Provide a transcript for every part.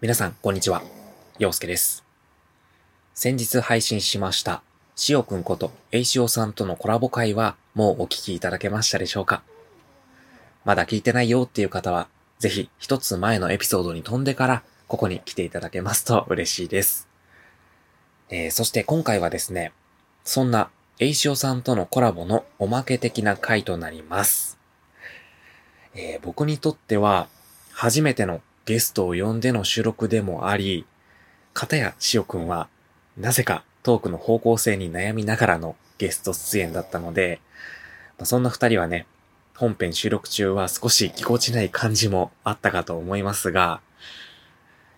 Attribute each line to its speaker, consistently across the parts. Speaker 1: 皆さん、こんにちは。陽介です。先日配信しました、しおくんこと、えいしおさんとのコラボ会は、もうお聞きいただけましたでしょうかまだ聞いてないよっていう方は、ぜひ一つ前のエピソードに飛んでから、ここに来ていただけますと嬉しいです。えーそして今回はですね、そんな、えいしおさんとのコラボのおまけ的な回となります。えー僕にとっては、初めてのゲストを呼んでの収録でもあり、片やしおくんは、なぜかトークの方向性に悩みながらのゲスト出演だったので、まあそんな二人はね、本編収録中は少しぎこちない感じもあったかと思いますが、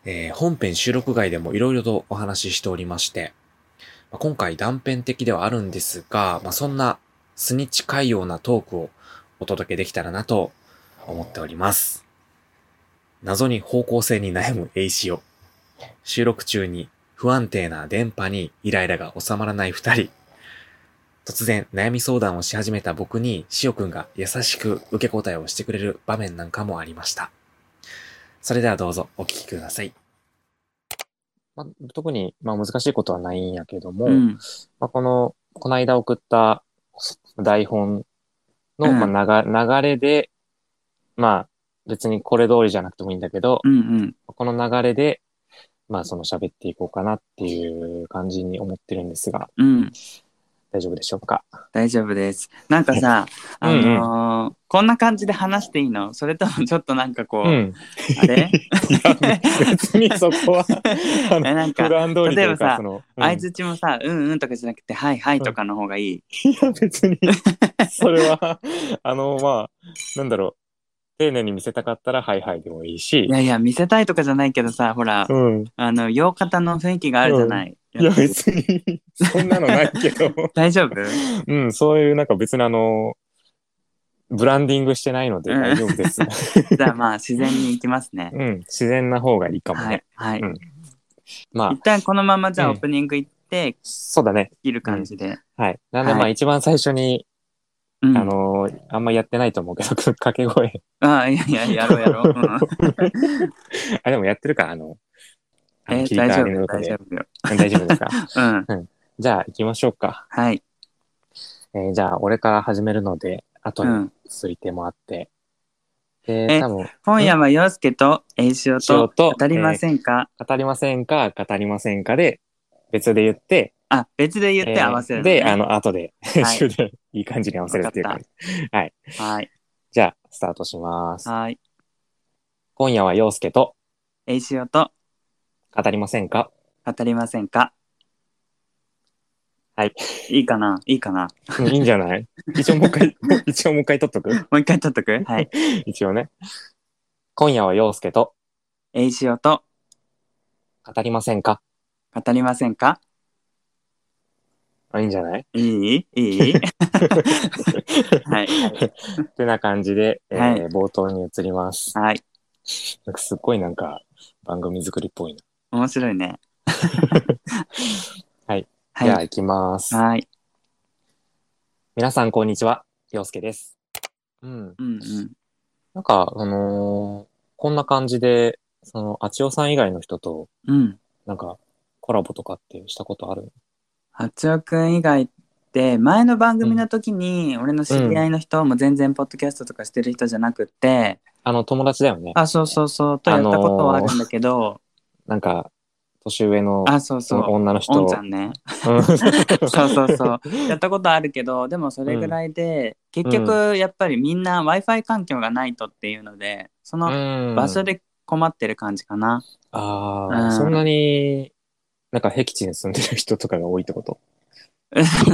Speaker 1: えー本編収録外でも色々とお話ししておりまして、まあ今回断片的ではあるんですが、まあ、そんな素に近いようなトークをお届けできたらなと思っております。謎に方向性に悩む A 氏を。収録中に不安定な電波にイライラが収まらない二人。突然悩み相談をし始めた僕に、しおくんが優しく受け答えをしてくれる場面なんかもありました。それではどうぞお聞きください。まあ、特に、まあ、難しいことはないんやけども、
Speaker 2: うん、
Speaker 1: まあ、この、この間送った台本の、
Speaker 2: うん
Speaker 1: まあ、流流れで、まあ、別にこれ通りじゃなくてもいいんだけど、
Speaker 2: うん、うん。
Speaker 1: この流れで、まあ、その喋っていこうかなっていう感じに思ってるんですが、
Speaker 2: うん、
Speaker 1: 大丈夫でしょうか
Speaker 2: 大丈夫です。なんか さ、あのーこんな感じで話していいのそれともちょっとなんかこう、
Speaker 1: ん。
Speaker 2: あれ
Speaker 1: 別にそこは、あ
Speaker 2: え
Speaker 1: の、
Speaker 2: なん
Speaker 1: 普
Speaker 2: か、
Speaker 1: 段通りという
Speaker 2: 例えば
Speaker 1: か、
Speaker 2: さ
Speaker 1: その、
Speaker 2: 相づちもさ、うんうんとかじゃなくて、はいはいとかの方がいい。
Speaker 1: いや、別に、それは、あの、まあ、なんだろう、丁寧に見せたかったら、はいはいでもいいし
Speaker 2: い、やいや、見せたいとかじゃないけどさ、ほら、
Speaker 1: うん。
Speaker 2: あの、洋方の雰囲気があるじゃない。
Speaker 1: いや、別に、そんなのないけ ど。
Speaker 2: 大 丈夫
Speaker 1: うん、そういう、なんか別にあの、ブランディングしてないので
Speaker 2: うん
Speaker 1: 大丈夫 です。
Speaker 2: じゃあまあ、自然に行きますね。
Speaker 1: うん、自然な方がいいかもね。
Speaker 2: はい、はい。
Speaker 1: うんまあ
Speaker 2: 一、旦このままじゃあ
Speaker 1: う
Speaker 2: オ
Speaker 1: ん
Speaker 2: ープニング行って、
Speaker 1: そうだね。
Speaker 2: 切る感じで。
Speaker 1: はい。なんで、
Speaker 2: はい
Speaker 1: まあ一番最初に、
Speaker 2: うん
Speaker 1: あのーあんまやってないと思うけど、 掛け声。
Speaker 2: あ、いやいや、やろうやろう。うん
Speaker 1: あ、でもやってるか、あの、あの
Speaker 2: え
Speaker 1: 切り
Speaker 2: ー
Speaker 1: 替
Speaker 2: 大丈
Speaker 1: わりの中
Speaker 2: 夫、大
Speaker 1: で。
Speaker 2: 丈
Speaker 1: うん
Speaker 2: 夫よ。
Speaker 1: 大丈夫ですか。
Speaker 2: うん。
Speaker 1: じゃあ行きましょうか。
Speaker 2: はい。
Speaker 1: えーじゃあ俺から始めるので、後
Speaker 2: う
Speaker 1: に
Speaker 2: ん。
Speaker 1: ついてもあって。で、
Speaker 2: え
Speaker 1: 多分、
Speaker 2: 本山洋介と栄翔
Speaker 1: 塩
Speaker 2: と
Speaker 1: と、
Speaker 2: 語りませんか、
Speaker 1: えー語りませんか、語りませんかで、別で言って、
Speaker 2: あ、別で言って合わせるの、ね
Speaker 1: で、あの、後で、
Speaker 2: い
Speaker 1: 編 集で、いい感じに合わせるっていう
Speaker 2: わ
Speaker 1: 感
Speaker 2: か
Speaker 1: じ。はい。
Speaker 2: はい。
Speaker 1: じゃあ、スタートします。
Speaker 2: はい。
Speaker 1: 今夜は陽介と
Speaker 2: 栄翔と
Speaker 1: 語りませんか
Speaker 2: 語りませんか
Speaker 1: はい。
Speaker 2: いいかないいかな
Speaker 1: うんいいんじゃ ない一応もう一回、一応もう一回撮っとく
Speaker 2: もう一回取っと くはい。
Speaker 1: 一応ね。今夜は陽介と
Speaker 2: 栄翔と
Speaker 1: 語りませんか
Speaker 2: 語りませんか
Speaker 1: あいいんじゃない
Speaker 2: いいい いはい。
Speaker 1: ってな感じで、えー
Speaker 2: はい
Speaker 1: 冒頭に移ります。
Speaker 2: はい。
Speaker 1: なんかすっごいなんか、番組作りっぽいな。
Speaker 2: 面白いね。
Speaker 1: はい。じゃあ、
Speaker 2: はい。
Speaker 1: 行きます。
Speaker 2: はい。
Speaker 1: 皆さん、こんにちは。陽介です。うん。
Speaker 2: うんうん。
Speaker 1: なんか、あのーこんな感じで、その、あちおさん以外の人と、
Speaker 2: うん。
Speaker 1: なんか、コラボとかってしたことある
Speaker 2: 八尾くん以外って前の番組の時に俺の知り合いの人も全然ポッドキャストとかしてる人じゃなくて、
Speaker 1: あの、友達だよね。
Speaker 2: あそうそうそうとやったことはあるんだけど、
Speaker 1: なんか、年上の、
Speaker 2: あそう
Speaker 1: そ
Speaker 2: そ
Speaker 1: の
Speaker 2: う
Speaker 1: 女の
Speaker 2: お
Speaker 1: 人
Speaker 2: んちゃんね
Speaker 1: うん
Speaker 2: そうそうそうやったことあるけどでもそれぐらいで、結局やっぱりみんな w i f i 環境がないとっていうのでその
Speaker 1: うん
Speaker 2: 場所で困ってる感じかな、
Speaker 1: あ
Speaker 2: う
Speaker 1: あ、
Speaker 2: ん
Speaker 1: そんなに、なんか、僻地に住んでる人とかが多いってこと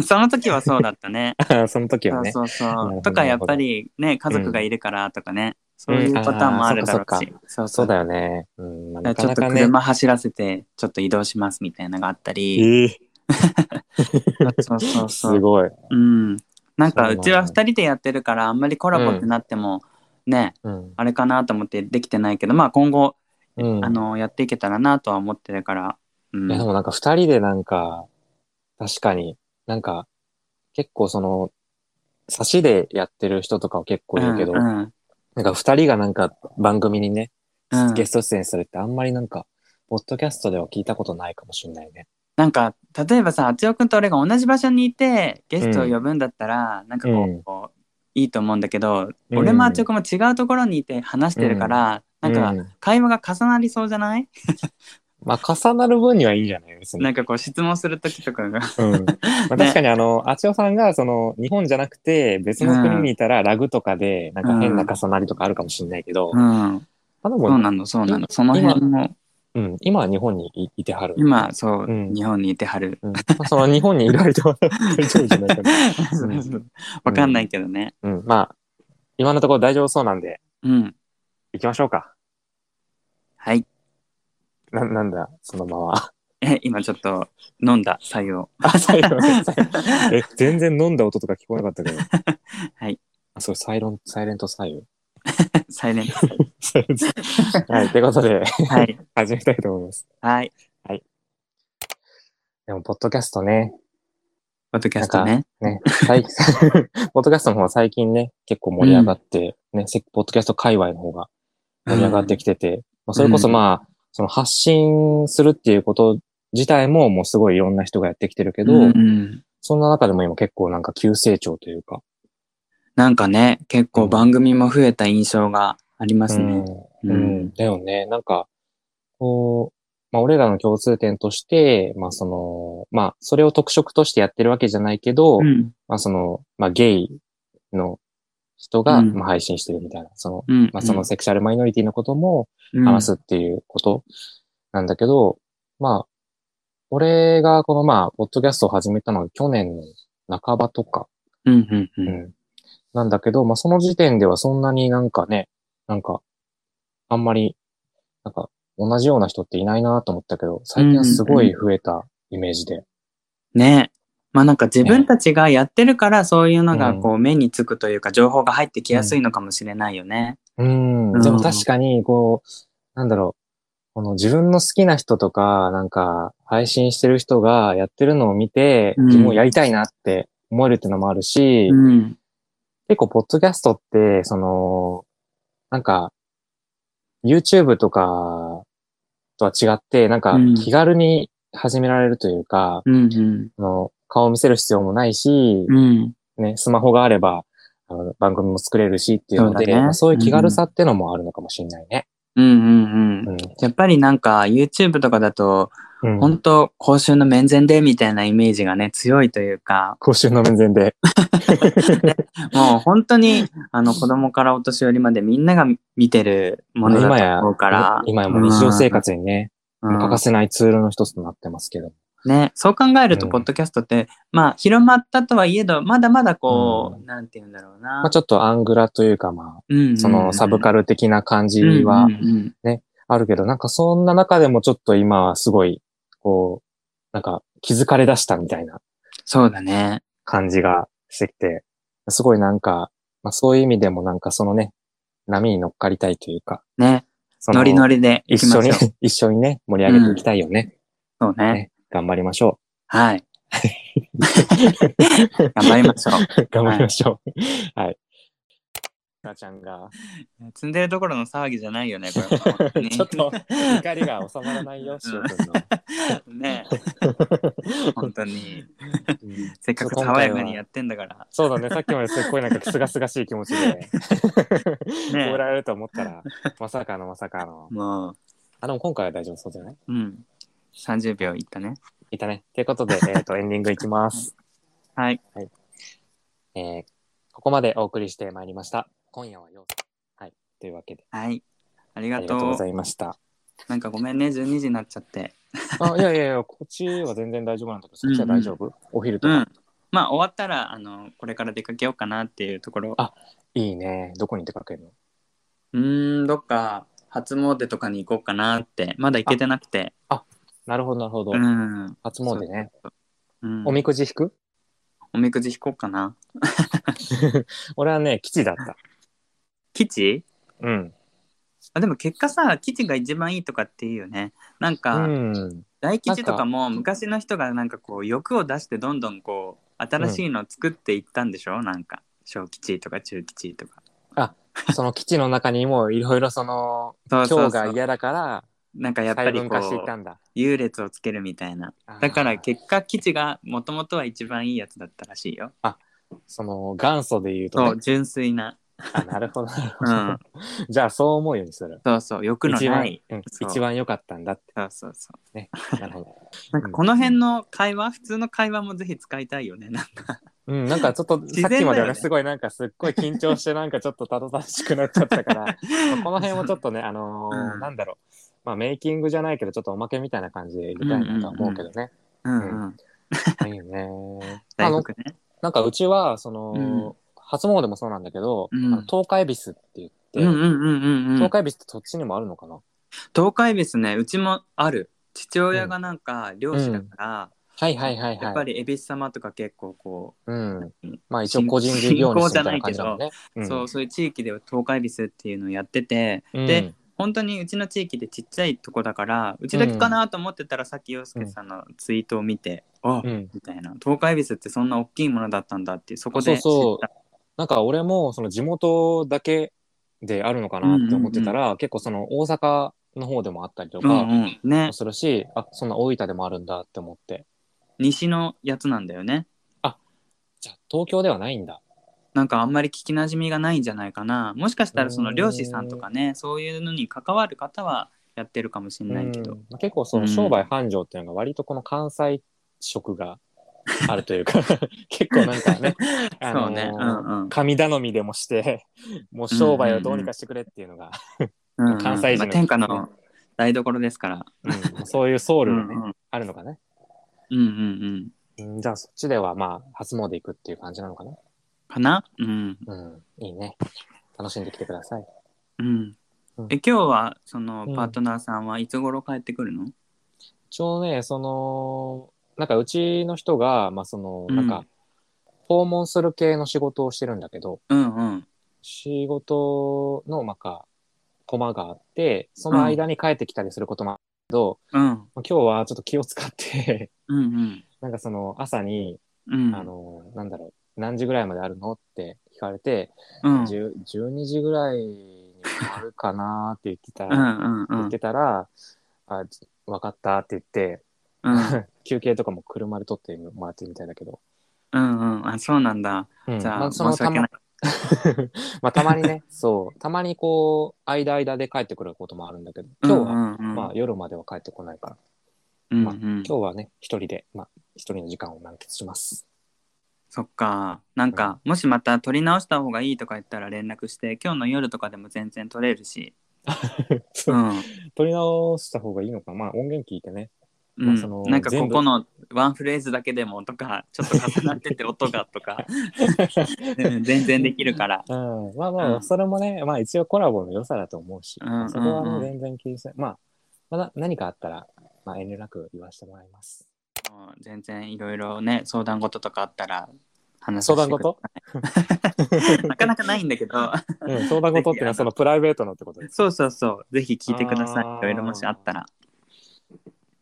Speaker 2: その時はそうだったね
Speaker 1: あーその時
Speaker 2: そ
Speaker 1: は
Speaker 2: う
Speaker 1: ね。
Speaker 2: そう
Speaker 1: なるほ
Speaker 2: そ
Speaker 1: ど
Speaker 2: うとかやっぱりね家族がいるからとかね、そういうパターンもあるだろうし、そう
Speaker 1: そう
Speaker 2: よ
Speaker 1: だよね。うん、まあなか
Speaker 2: ちょっ
Speaker 1: な
Speaker 2: と
Speaker 1: かね。
Speaker 2: 車走らせてちょっと移動しますみたいなのがあった
Speaker 1: え
Speaker 2: り、
Speaker 1: ー
Speaker 2: そうそう
Speaker 1: す
Speaker 2: そう、
Speaker 1: ごい。
Speaker 2: うん、な
Speaker 1: そ
Speaker 2: んか
Speaker 1: うなん
Speaker 2: う
Speaker 1: だ
Speaker 2: ちは2人でやってるからあんまりコラボってなってもね、
Speaker 1: うん。
Speaker 2: あれかなと思ってできてないけどまあ今後、
Speaker 1: うん
Speaker 2: あのやっていけたらなとは思ってるから、うん、
Speaker 1: いや、でもなんか二人でなんか、確かに、なんか、結構その、差しでやってる人とかは結構いるけど、
Speaker 2: うんうん
Speaker 1: なんか二人がなんか番組にね、
Speaker 2: うん
Speaker 1: ゲスト出演するってあんまりなんか、ポッドキャストでは聞いたことないかもしれないね。
Speaker 2: なんか例えばさ敦代くんと俺が同じ場所にいてゲストを呼ぶんだったら、なんかこう,
Speaker 1: うん
Speaker 2: こういいと思うんだけど、
Speaker 1: うん
Speaker 2: 俺も敦代くんも違うところにいて話してるから、なんか
Speaker 1: うん
Speaker 2: 会話が重なりそうじゃない、
Speaker 1: まあ、重なる分にはいいんじゃないです
Speaker 2: な
Speaker 1: ね。
Speaker 2: んかこう質問する時とかが
Speaker 1: うんまあ、確かにあの、あちおさんが、その、日本じゃなくて、別の国にいたら、ラグとかで、なんか変な重なりとかあるかもしれないけど、
Speaker 2: う
Speaker 1: ま
Speaker 2: ん
Speaker 1: あで
Speaker 2: そう
Speaker 1: も、
Speaker 2: なのそうなのその辺も
Speaker 1: うん、今は日本にいいてはる。
Speaker 2: 今そう、
Speaker 1: うん
Speaker 2: 日本にいてはる
Speaker 1: うんまあその日本にいる間は大丈夫じゃ ないかな。ん
Speaker 2: わかんないけどね
Speaker 1: うん、まあ、今のところ大丈夫そうなんで、
Speaker 2: うん
Speaker 1: 行きましょうか。
Speaker 2: はい
Speaker 1: な、なんだ、そのまま。
Speaker 2: え今ちょっと飲んだ採用
Speaker 1: あ、サイロン。 え、全然飲んだ音とか聞こえなかったけど。
Speaker 2: はい。
Speaker 1: あ、そう、サイロン、サイレント サイ
Speaker 2: サイレント
Speaker 1: ン。はい、ということで、
Speaker 2: はい
Speaker 1: 始めたいと思います。
Speaker 2: はい
Speaker 1: でも、ポッドキャストね、
Speaker 2: ポッドキャストね
Speaker 1: ね、最 近、ポッドキャストの方が最近ね、結構盛り上がって、ね、せポッドキャスト界隈の方が盛り上がってきてて、まあ、それこそまあ、その発信するっていうこと自体ももうすごいいろんな人がやってきてるけど、
Speaker 2: うんうん
Speaker 1: そんな中でも今結構なんか急成長というか、
Speaker 2: なんかね、結構番組も増えた印象がありますね。
Speaker 1: うん、うん。だよね。なんか、こう、まあ、俺らの共通点として、まあ、その、まあ、それを特色としてやってるわけじゃないけど、
Speaker 2: うん。
Speaker 1: まあ、その、まあ、ゲイの人が、
Speaker 2: うん
Speaker 1: まあ、配信してるみたいな、その、
Speaker 2: うん。
Speaker 1: まあ、そのセクシャルマイノリティのことも
Speaker 2: うん
Speaker 1: 話すっていうことなんだけど、まあ、俺がこのまあ、ポッドキャストを始めたのは去年の半ばとか、
Speaker 2: うんうんう。
Speaker 1: うんん。なんだけど、まあ、その時点ではそんなになんかね、なんか、あんまり、なんか、同じような人っていないなと思ったけど、最近はすごい増えたイメージで。
Speaker 2: ね。まあなんか自分たちがやってるからそういうのが
Speaker 1: うん
Speaker 2: こう目につくというか情報が入ってきやすいのかもしれないよね。
Speaker 1: うん。でも確かに、こう、なんだろう、この自分の好きな人とか、なんか、配信してる人がやってるのを見て、
Speaker 2: うん
Speaker 1: 自分もやりたいなって思えるってのもあるし、
Speaker 2: うん。
Speaker 1: 結構、ポッドキャストって、その、なんか、YouTube とかとは違って、なんか
Speaker 2: うん、
Speaker 1: 気軽に始められるというか、
Speaker 2: うんうん。
Speaker 1: あの顔を見せる必要もないし、
Speaker 2: うん。
Speaker 1: ね、スマホがあれば、あの番組も作れるしっていうの
Speaker 2: そう
Speaker 1: で、
Speaker 2: だね
Speaker 1: まあそういう気軽さってのもあるのかもしれないね。
Speaker 2: うんうんうん。
Speaker 1: うん
Speaker 2: やっぱりなんか YouTube とかだと
Speaker 1: うん
Speaker 2: 本当公衆の面前でみたいなイメージがね強いというか
Speaker 1: 公衆の面前で。
Speaker 2: もう本当 に、あの、子供からお年寄りまでみんなが見てるもの
Speaker 1: 今
Speaker 2: だと
Speaker 1: や
Speaker 2: 思うから、。
Speaker 1: 今やもう日常生活にね、
Speaker 2: うん、
Speaker 1: 欠かせないツールの一つとなってますけど。
Speaker 2: ね、そう考えると、
Speaker 1: うん
Speaker 2: ポッドキャストって、まあ、広まったとはいえど、まだまだこう、なんて言うんだろうな。
Speaker 1: まあちょっとアングラというか、ま
Speaker 2: うんうんうん
Speaker 1: あ、そのサブカル的な感じ
Speaker 2: う
Speaker 1: は
Speaker 2: んうんうん
Speaker 1: あるけど、なんかそんな中でもちょっと今はすごい、こう、なんか気づかれ出したみたいな
Speaker 2: そうだね。
Speaker 1: 感じがしてきて、すごいなんか、まあそういう意味でもなんかそのね、波に乗っかりたいというか、
Speaker 2: ね、
Speaker 1: その
Speaker 2: ノリノリでいき
Speaker 1: 一
Speaker 2: ましょ
Speaker 1: 緒
Speaker 2: う。
Speaker 1: に、一緒にね、 盛り上げていきたいよね。
Speaker 2: そうね。
Speaker 1: ね頑張りましょ
Speaker 2: はい。頑張りましょ
Speaker 1: う。頑張りましょう。はい。母ちゃんが、
Speaker 2: う。積んでるところの騒ぎじゃないよね、これは本 当に。
Speaker 1: ちょっと怒りが収まら ないよ、しおくんの。
Speaker 2: ね、本当に。
Speaker 1: うん
Speaker 2: せっかく爽やかにやってんだから。
Speaker 1: そうだね、さっきまですっごいなんかすがすがしい気持 ちで、
Speaker 2: ね
Speaker 1: 怒られると思った ら、まさかのまさかの。
Speaker 2: もう。
Speaker 1: あ、でも今回は大丈夫そうじゃない
Speaker 2: うん。30秒いったね。
Speaker 1: いたね。ということで、えっ、と、エンディングいきます。
Speaker 2: はい。
Speaker 1: えーここまでお送りしてまいりました。今夜はよう。はい。というわけで、
Speaker 2: はい。あり
Speaker 1: あ
Speaker 2: が
Speaker 1: り
Speaker 2: と
Speaker 1: が
Speaker 2: う。
Speaker 1: とうございました。
Speaker 2: なんかごめんね、12時になっちゃって。
Speaker 1: あ、いやいやいや、こっちは全然大丈夫なんだけど、そっちは大丈夫、お昼と
Speaker 2: う
Speaker 1: か、
Speaker 2: ん。まあ終わったら、あの、これから出かけようかなっていうところ。
Speaker 1: あいいね。どこに出かけるの
Speaker 2: うーん、どっか初詣とかに行こうかなって。まだ行けてなくて。
Speaker 1: なるほど、なるほど。
Speaker 2: うん。うん
Speaker 1: 初詣ね。
Speaker 2: お
Speaker 1: お
Speaker 2: み
Speaker 1: みくじ引く
Speaker 2: くじ引こうかな。
Speaker 1: 俺はね、吉だった。
Speaker 2: 吉
Speaker 1: うん。
Speaker 2: あでも結果さ、吉が一番いいとかっていうよね。なん
Speaker 1: う
Speaker 2: か、
Speaker 1: ん。
Speaker 2: 大吉とかも昔の人がなんかこう欲を出してどんどんこう新しいのを作っていったんでしょ、なんか小吉とか中吉とか
Speaker 1: その基地の中にもいろいろその、
Speaker 2: そうそ
Speaker 1: 今
Speaker 2: う
Speaker 1: 日
Speaker 2: そ
Speaker 1: が
Speaker 2: う
Speaker 1: 嫌だから、
Speaker 2: なんかやっぱ
Speaker 1: 細
Speaker 2: り
Speaker 1: 分
Speaker 2: こ
Speaker 1: 化していった
Speaker 2: うん
Speaker 1: だ。
Speaker 2: 優劣をつけるみたいなだから結果基地がもともとは一番いいやつだったらしいよ
Speaker 1: あーその元祖で言うとね、
Speaker 2: そう純粋な
Speaker 1: あなるほど。なるほ
Speaker 2: う
Speaker 1: ど
Speaker 2: ん
Speaker 1: じゃあそう思うようにする。
Speaker 2: そうそう欲の
Speaker 1: 一
Speaker 2: な
Speaker 1: 番
Speaker 2: い、
Speaker 1: うん
Speaker 2: そう
Speaker 1: 一番良かったんだって。
Speaker 2: そうそうそう
Speaker 1: なるほど。
Speaker 2: なんかこの辺の会話、普通の会話もぜひ使いたいよね。なんか
Speaker 1: うん、なんかちょっと、
Speaker 2: 自
Speaker 1: さ
Speaker 2: 然
Speaker 1: っ
Speaker 2: だよね
Speaker 1: きまではすごいなんかすっごい緊張してなんかちょっとたどたどしくなっちゃった から、まあこの辺もちょっとね、あのー
Speaker 2: うん
Speaker 1: なんだろう。まあメイキングじゃないけど、ちょっとおまけみたいな感じで入れたいなとは思うけど ね。
Speaker 2: うんうん。
Speaker 1: いいね。あ
Speaker 2: 大
Speaker 1: の、
Speaker 2: 学ね。
Speaker 1: なんかうちは、その、
Speaker 2: うん
Speaker 1: 初詣もそうなんだけど、
Speaker 2: うん
Speaker 1: あの東海ビスって言って、
Speaker 2: うんうんうんうんう
Speaker 1: 東
Speaker 2: ん。
Speaker 1: 海ビスってそっちにもあるのかな
Speaker 2: 東海ビスね、うちもある。父親がなんか漁師だから、
Speaker 1: はいはいはいはい。
Speaker 2: やっぱり恵比寿様とか結構こ
Speaker 1: うん。
Speaker 2: う、
Speaker 1: まあ一応個人事業主みたいな感じだもんね。ん
Speaker 2: そう、そういう地域では東海ビスっていうのをやってて、
Speaker 1: うん
Speaker 2: で、本当にうちの地域でちっちゃいとこだから、うちだけかなと思ってたら、さっき洋介さんのツイートを見て、あ
Speaker 1: うん。
Speaker 2: みたいな。東海ビスってそんな大きいものだったんだっていう、そこ
Speaker 1: そう
Speaker 2: で
Speaker 1: そう
Speaker 2: 知った。
Speaker 1: なんか俺もその地元だけであるのかなって思ってたら、結構その大阪の方でもあったりと
Speaker 2: うん
Speaker 1: か
Speaker 2: うん、ね
Speaker 1: もするし、あそんな大分でもあるんだって思って
Speaker 2: 西のやつなんだよね
Speaker 1: じゃあ東京ではないんだ
Speaker 2: なんかあんまり聞きなじみがないんじゃないかなもしかしたらその漁師さんとかねそういうのに関わる方はやってるかもしれないけど、
Speaker 1: うん結構その商売繁盛っていうのが割とこの関西色があると いうか結構なんかねあの
Speaker 2: そうねうんうん
Speaker 1: 神頼みでもして もう商売をどうにかしてくれっていうのが、
Speaker 2: うんうん
Speaker 1: 関西人の
Speaker 2: まあ天下の台所ですから、
Speaker 1: うん そういうソウ
Speaker 2: う
Speaker 1: ル
Speaker 2: んう
Speaker 1: がね、
Speaker 2: ん、うん
Speaker 1: あるのかね
Speaker 2: うんう
Speaker 1: う
Speaker 2: ん
Speaker 1: んじゃあそっちではまあ初詣行くっていう感じなのかな
Speaker 2: かなうん
Speaker 1: うん、いいね。楽しんできてください。
Speaker 2: うん
Speaker 1: うん
Speaker 2: え今日はその
Speaker 1: うん
Speaker 2: パートナーさんはいつ頃帰ってくるの、
Speaker 1: 一応ね、その、なんかうちの人が、まあその、
Speaker 2: うん
Speaker 1: なんか、訪問する系の仕事をしてるんだけど、
Speaker 2: うん、うん
Speaker 1: 仕事の、まあか、コマがあって、その間に帰ってきたりすることもあるけど、
Speaker 2: うん
Speaker 1: まあ今日はちょっと気を使って、
Speaker 2: うんうん
Speaker 1: なんかその朝に、
Speaker 2: うん
Speaker 1: あの、なんだろう、何時ぐらいまであるのって聞かれて、
Speaker 2: うん
Speaker 1: 10 12時ぐらいに終わるかなって言ってた
Speaker 2: う
Speaker 1: ら、
Speaker 2: んうんう
Speaker 1: 言っ
Speaker 2: ん
Speaker 1: てたら、あ、じわかったって言って、
Speaker 2: うん
Speaker 1: 休憩とかも車で撮ってもらってるみたいだけど。
Speaker 2: うんうんあそうなんだ
Speaker 1: うん
Speaker 2: じゃあ、
Speaker 1: まあ、そ
Speaker 2: 申
Speaker 1: の
Speaker 2: した訳
Speaker 1: ま
Speaker 2: ない、
Speaker 1: ま あ、たまにね、そう、たまにこう、間間で帰ってくることもあるんだけど、今日は、
Speaker 2: うんうんうん
Speaker 1: まあ、夜までは帰ってこないから、
Speaker 2: うん
Speaker 1: まあ
Speaker 2: うん
Speaker 1: 今日はね、一人で、まあ、一人の時間を満喫します。
Speaker 2: そっかなんか、もしまた撮り直した方がいいとか言ったら連絡して今日の夜とかでも全然撮れるし、 うん
Speaker 1: 撮り直した方がいいのか、まあ、音源聞いてね。
Speaker 2: う
Speaker 1: まあ
Speaker 2: ん
Speaker 1: その
Speaker 2: なんか
Speaker 1: 全
Speaker 2: こ
Speaker 1: 部
Speaker 2: このワンフレーズだけでもとかちょっと重なってて音がとかうん全然できるから
Speaker 1: うん、まあまあ、
Speaker 2: うん
Speaker 1: それもね、まあ、一応コラボの良さだと思うし、
Speaker 2: うん
Speaker 1: まあそこは
Speaker 2: うんうん
Speaker 1: ね、全然気にしない。まあ、まだ何かあったら、まあ、遠慮なく言わせてもらいます。
Speaker 2: うん全然いろいろね相談事とかあったら話
Speaker 1: 相談 事
Speaker 2: 事なかなかないんだけど
Speaker 1: うん、相談事っていうのはそのプライベートのってことです。
Speaker 2: そうそうそうぜひ聞いてください
Speaker 1: あー
Speaker 2: いろいろもしあったら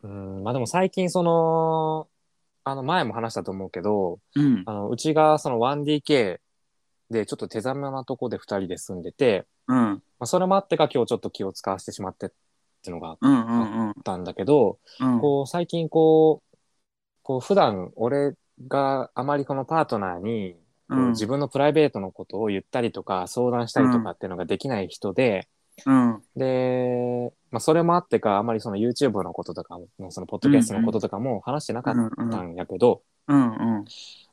Speaker 1: うん、まあでも最近その、あの前も話したと思うけど、
Speaker 2: うん
Speaker 1: あのうちがその 1DK でちょっと手ざめなとこで2人で住んでて、
Speaker 2: うん
Speaker 1: まあ、それもあってか今日ちょっと気を使わせてしまってっていうのがあっ
Speaker 2: うんうん
Speaker 1: たんだけど、
Speaker 2: うんうん
Speaker 1: こう最近こう、こう普段俺があまりこのパートナーに、こう
Speaker 2: うん
Speaker 1: 自分のプライベートのことを言ったりとか相談したりとかっていうのができない人で、
Speaker 2: うん
Speaker 1: で、まあ、それもあってか、あまりその YouTube のこととかも、そのポッドキャストのこととかも話してなかったんやけど、
Speaker 2: うんうん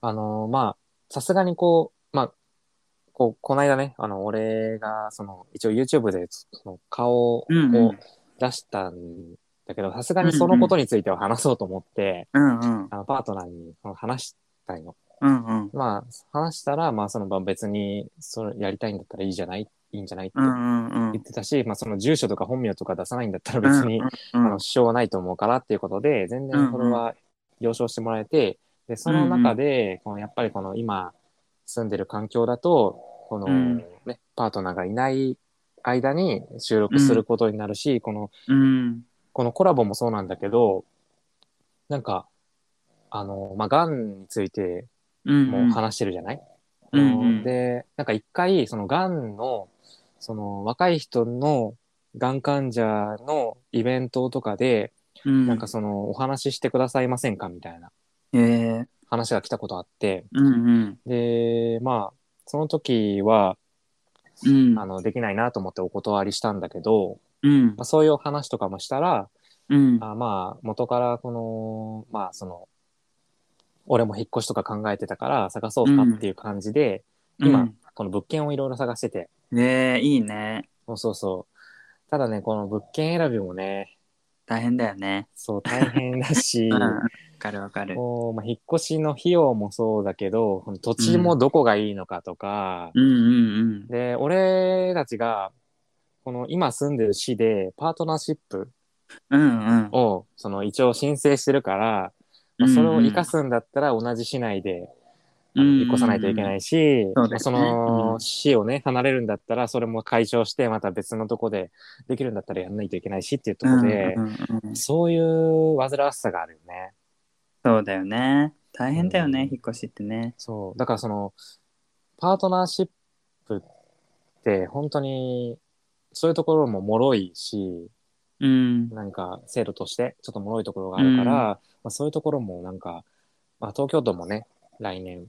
Speaker 1: あのーまあ、さすがにこう、まあ、こう、こないだね、あの、俺が、その、一応 YouTube で、その、顔を
Speaker 2: うんうん
Speaker 1: 出したんだけど、さすがにそのことについては話そうと思って、
Speaker 2: うんうん
Speaker 1: あの、パートナーにその話したいの。
Speaker 2: うんうん
Speaker 1: まあ、話したら、まあ、その、まあ別に、それやりたいんだったらいいじゃないいいんじゃないって
Speaker 2: うんうんう
Speaker 1: 言
Speaker 2: ん
Speaker 1: ってたし、まあ、その住所とか本名とか出さないんだったら別に、
Speaker 2: うん
Speaker 1: あの支障はないと思うからっていうことで、全
Speaker 2: うんう
Speaker 1: 然
Speaker 2: ん
Speaker 1: これは了承してもらえて、で、その中で、このやっぱりこの今住んでる環境だと、この
Speaker 2: うん
Speaker 1: ね、パートナーがいない間に収録することになるし、この、
Speaker 2: うん
Speaker 1: このコラボもそうなんだけど、なんか、あの、まあ、がんについて
Speaker 2: うん
Speaker 1: も話してるじゃない、
Speaker 2: うんうん
Speaker 1: で、なんか一回、そのがんの、その若い人のがん患者のイベントとかで、
Speaker 2: うん。
Speaker 1: なんかその、お話ししてくださいませんかみたいな
Speaker 2: ええ
Speaker 1: 話が来たことあって、
Speaker 2: うんうん。
Speaker 1: で、まあ、その時は、
Speaker 2: うん。
Speaker 1: あの、できないなと思ってお断りしたんだけど、
Speaker 2: うん
Speaker 1: まあ、。そういう話とかもしたら、
Speaker 2: うん。
Speaker 1: あまあ、元からこの、まあ、その、俺も引っ越しとか考えてたから探そうかっていう感じで、今、この物件をいろいろ探してて、
Speaker 2: うん。ええいいね。
Speaker 1: そうそうそう。ただね、この物件選びもね、
Speaker 2: 大変だよね。
Speaker 1: そう、大変だし、
Speaker 2: うん。わかるわかる。
Speaker 1: こうまあ、引っ越しの費用もそうだけど、この土地もどこがいいのかとか、
Speaker 2: うんうん
Speaker 1: で、俺たちが、この今住んでる市でパートナーシップ
Speaker 2: うん。うんうん。
Speaker 1: を、その一応申請してるから、まあ、それを活かすんだったら同じ市内であの
Speaker 2: うんうん
Speaker 1: 引っ越さないといけないし、
Speaker 2: そ
Speaker 1: ま
Speaker 2: うだよね
Speaker 1: あそ
Speaker 2: うん
Speaker 1: の市をね、離れるんだったら、それも解消して、また別のとこでできるんだったらやんないといけないしっていうところで
Speaker 2: う、んうんうん
Speaker 1: そういう煩わしさがあるよね。
Speaker 2: そうだよね。大変だよ
Speaker 1: う
Speaker 2: ね、
Speaker 1: ん
Speaker 2: 引っ越しってね。
Speaker 1: そう。だからその、パートナーシップって本当に、そういうところも脆いし、
Speaker 2: うん。
Speaker 1: なんか制度としてちょっと脆いところがあるから、
Speaker 2: うん
Speaker 1: まあ、そういうところもなんか、まあ、東京都もね、来年、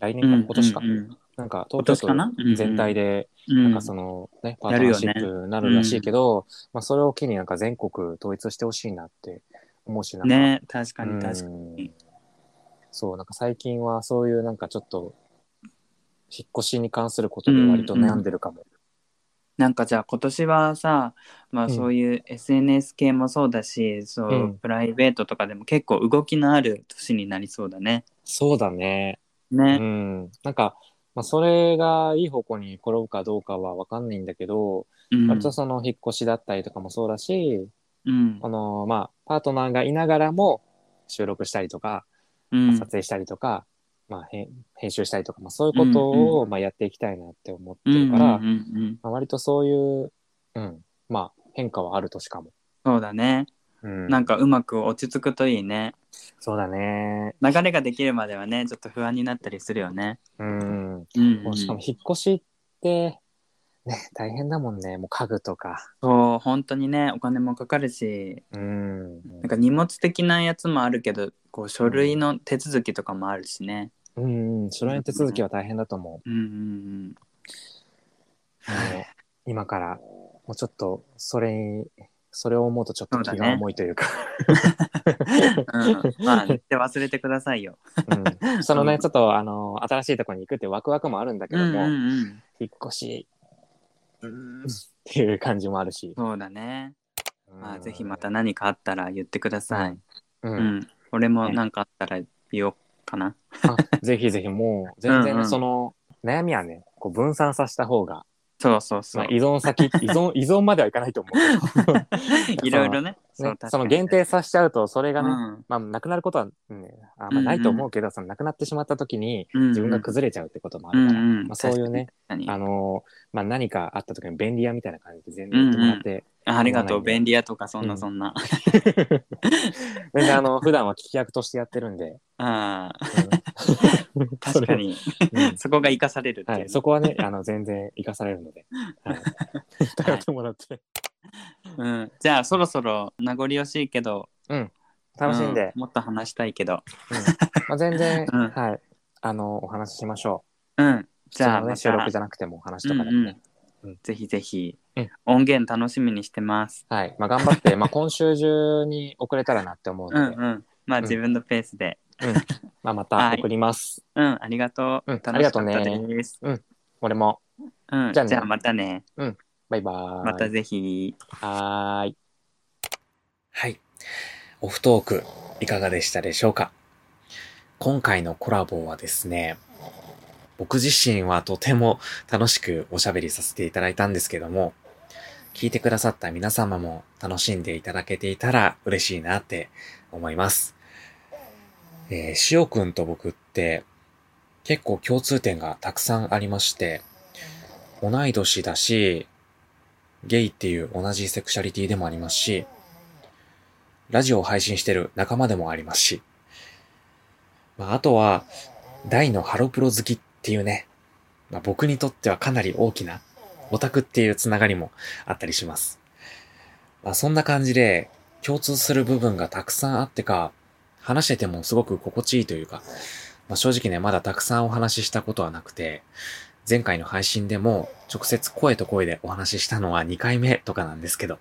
Speaker 1: 来年
Speaker 2: う
Speaker 1: か
Speaker 2: ん
Speaker 1: 今年か、
Speaker 2: うんうん
Speaker 1: なんか
Speaker 2: 今
Speaker 1: 東京都
Speaker 2: 年かな
Speaker 1: 全体
Speaker 2: で、
Speaker 1: で、
Speaker 2: な
Speaker 1: なんかそのね、パートナーシップにな
Speaker 2: やるよね
Speaker 1: るらしいけど、まあそれを機になんか全国統一してほしいなって思うし、なんか、
Speaker 2: ね、確か
Speaker 1: うん
Speaker 2: に確かに。
Speaker 1: そう、なんか最近はそういうなんかちょっと、引っ越しに関することで割と悩んでるかも。
Speaker 2: なんかじゃあ今年はさ、まあ
Speaker 1: うん
Speaker 2: そういう SNS 系もそうだし、そう、
Speaker 1: うん
Speaker 2: プライベートとかでも結構動きのある年になりそうだね。
Speaker 1: そうだね。う
Speaker 2: ね。
Speaker 1: ん。なんか、まあ、それがいい方向に転ぶかどうかはわかんないんだけど、
Speaker 2: うん。
Speaker 1: 割とその引っ越しだったりとかもそうだし、
Speaker 2: うん
Speaker 1: あの、まあ、パートナーがいながらも収録したりとか、
Speaker 2: うん
Speaker 1: 撮影したりとか、まあ、へん編集したりとか、まあ、そういうこと
Speaker 2: うん
Speaker 1: を、まあ、やっていきたいなって思ってるから、
Speaker 2: うんうんうんうん
Speaker 1: まあ、割とそういう、うん、まあ、変化はある年かも。
Speaker 2: そうだね。
Speaker 1: うん
Speaker 2: なんかうまく落ち着くといいね。
Speaker 1: そうだね。
Speaker 2: 流れができるまではね、ちょっと不安になったりするよね。
Speaker 1: うん。も
Speaker 2: うん、
Speaker 1: うしかも引っ越しって、ね、大変だもんね。もう家具とか。
Speaker 2: そう、本当にね、お金もかかるし、
Speaker 1: うん。
Speaker 2: なんか荷物的なやつもあるけど、こう書類の手続きとかもあるしね。
Speaker 1: うん、うん。それの手続きは大変だと思
Speaker 2: うんうん
Speaker 1: う。あの今から、もうちょっと、それに、それを思うとちょっと
Speaker 2: そう
Speaker 1: 気
Speaker 2: だね
Speaker 1: が重いというか。
Speaker 2: う ん。うん、まあ、言って忘れてくださいよ。
Speaker 1: うん、その
Speaker 2: うん
Speaker 1: ね、ちょっと、あの、新しいとこに行くってワクワクもあるんだけ
Speaker 2: う
Speaker 1: ど
Speaker 2: ん
Speaker 1: も、
Speaker 2: うんうん。
Speaker 1: 引っ越し、うーんっていう感じもあるし。
Speaker 2: そうだね。ま
Speaker 1: う
Speaker 2: あ、
Speaker 1: ん
Speaker 2: ぜひまた何かあったら言ってください。
Speaker 1: う。
Speaker 2: うんん。俺も何かあったら言おうかな。
Speaker 1: あぜひぜひ、もう、全然
Speaker 2: うん
Speaker 1: ね、
Speaker 2: うん
Speaker 1: その、悩みはね、こう分散させた方が、
Speaker 2: そうそうそ
Speaker 1: まあ
Speaker 2: う。、
Speaker 1: 依存先、依存、依存まではいかないと思うけど
Speaker 2: いろいろね。
Speaker 1: ね。
Speaker 2: 確かに
Speaker 1: その限定させちゃうと、それがね、
Speaker 2: うん
Speaker 1: まあ、なくなることは、ね、あんまないと思うけど、その、なくなってしまった時に、
Speaker 2: うんうん
Speaker 1: 自分が崩れちゃうってこともあるから、
Speaker 2: うんうん
Speaker 1: まあ、そういうね、
Speaker 2: 確か
Speaker 1: あ
Speaker 2: に
Speaker 1: のーまあ、何かあった時に便利屋みたいな感じで全然言ってもらって、
Speaker 2: あありがと
Speaker 1: 言
Speaker 2: う、
Speaker 1: わない
Speaker 2: 便利屋とか、そん
Speaker 1: う
Speaker 2: なんそんな。
Speaker 1: 全然あの、普段は聞き役としてやってるん で、
Speaker 2: ああ、
Speaker 1: うん そ
Speaker 2: 確
Speaker 1: れ
Speaker 2: かに。
Speaker 1: うん
Speaker 2: そこが生かされるっていう
Speaker 1: は
Speaker 2: ね。
Speaker 1: い、そこはね、あの、全然生かされるので、 はい。頼ってもらって。
Speaker 2: うん、じゃあそろそろ名残惜しいけど
Speaker 1: 楽しんで
Speaker 2: う、もっと話したいけど
Speaker 1: まあ、全然、
Speaker 2: うん
Speaker 1: はい、あの、お話ししましょ
Speaker 2: うん
Speaker 1: う。
Speaker 2: じゃあ
Speaker 1: その
Speaker 2: ま
Speaker 1: ね、
Speaker 2: た
Speaker 1: 収録じゃなくてもお話とかでもね。
Speaker 2: うんうんぜひぜひ、
Speaker 1: うん
Speaker 2: 音源楽しみにしてます
Speaker 1: はい、まあ、頑張って、まあ、今週中に送れたらなって思う
Speaker 2: うん
Speaker 1: ので、
Speaker 2: うんまあ
Speaker 1: うん
Speaker 2: 自分のペースで
Speaker 1: まあ、また送ります。
Speaker 2: うん、ありがとう、
Speaker 1: うん
Speaker 2: 楽しかったです
Speaker 1: 俺も、
Speaker 2: うん、
Speaker 1: じ
Speaker 2: じ
Speaker 1: ゃあ
Speaker 2: ゃあ
Speaker 1: ね
Speaker 2: またね
Speaker 1: バイバーイ。
Speaker 2: またぜひ
Speaker 1: はーい。
Speaker 3: はい。オフトーク、いかがでしたでしょうか今回のコラボはですね、僕自身はとても楽しくおしゃべりさせていただいたんですけども、聞いてくださった皆様も楽しんでいただけていたら嬉しいなって思います。えー、しおくんと僕って結構共通点がたくさんありまして、同い年だし、ゲイっていう同じセクシャリティでもありますし、ラジオを配信してる仲間でもありますし。まあ、あとは、大のハロプロ好きっていうね、まあ、僕にとってはかなり大きなオタクっていうつながりもあったりします。
Speaker 1: まあ、そんな感じで、共通する部分がたくさんあってか、話しててもすごく心地いいというか、まあ、正直ね、まだたくさんお話ししたことはなくて、前回の配信でも直接声と声でお話ししたのは2回目とかなんですけど、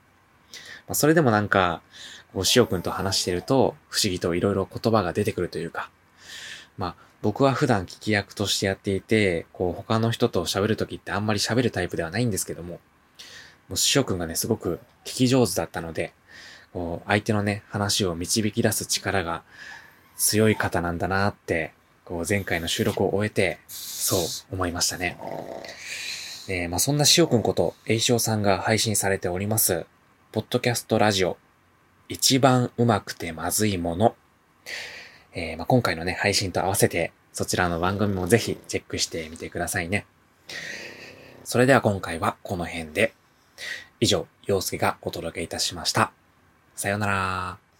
Speaker 1: まあ、それでもなんか、こう、しおくんと話してると、不思議といろいろ言葉が出てくるというか、まあ、僕は普段聞き役としてやっていて、こう、他の人と喋るときってあんまり喋るタイプではないんですけども、もう、しおくんがね、すごく聞き上手だったので、こう、相手のね、話を導き出す力が強い方なんだなって、こう、前回の収録を終えて、そう思いましたね。えーまあ、そんなしおくんこと、えいしおさんが配信されております、ポッドキャストラジオ、一番うまくてまずいもの。えーまあ、今回のね、配信と合わせて、そちらの番組もぜひチェックしてみてくださいね。それでは今回はこの辺で。以上、陽介がお届けいたしました。さようなら。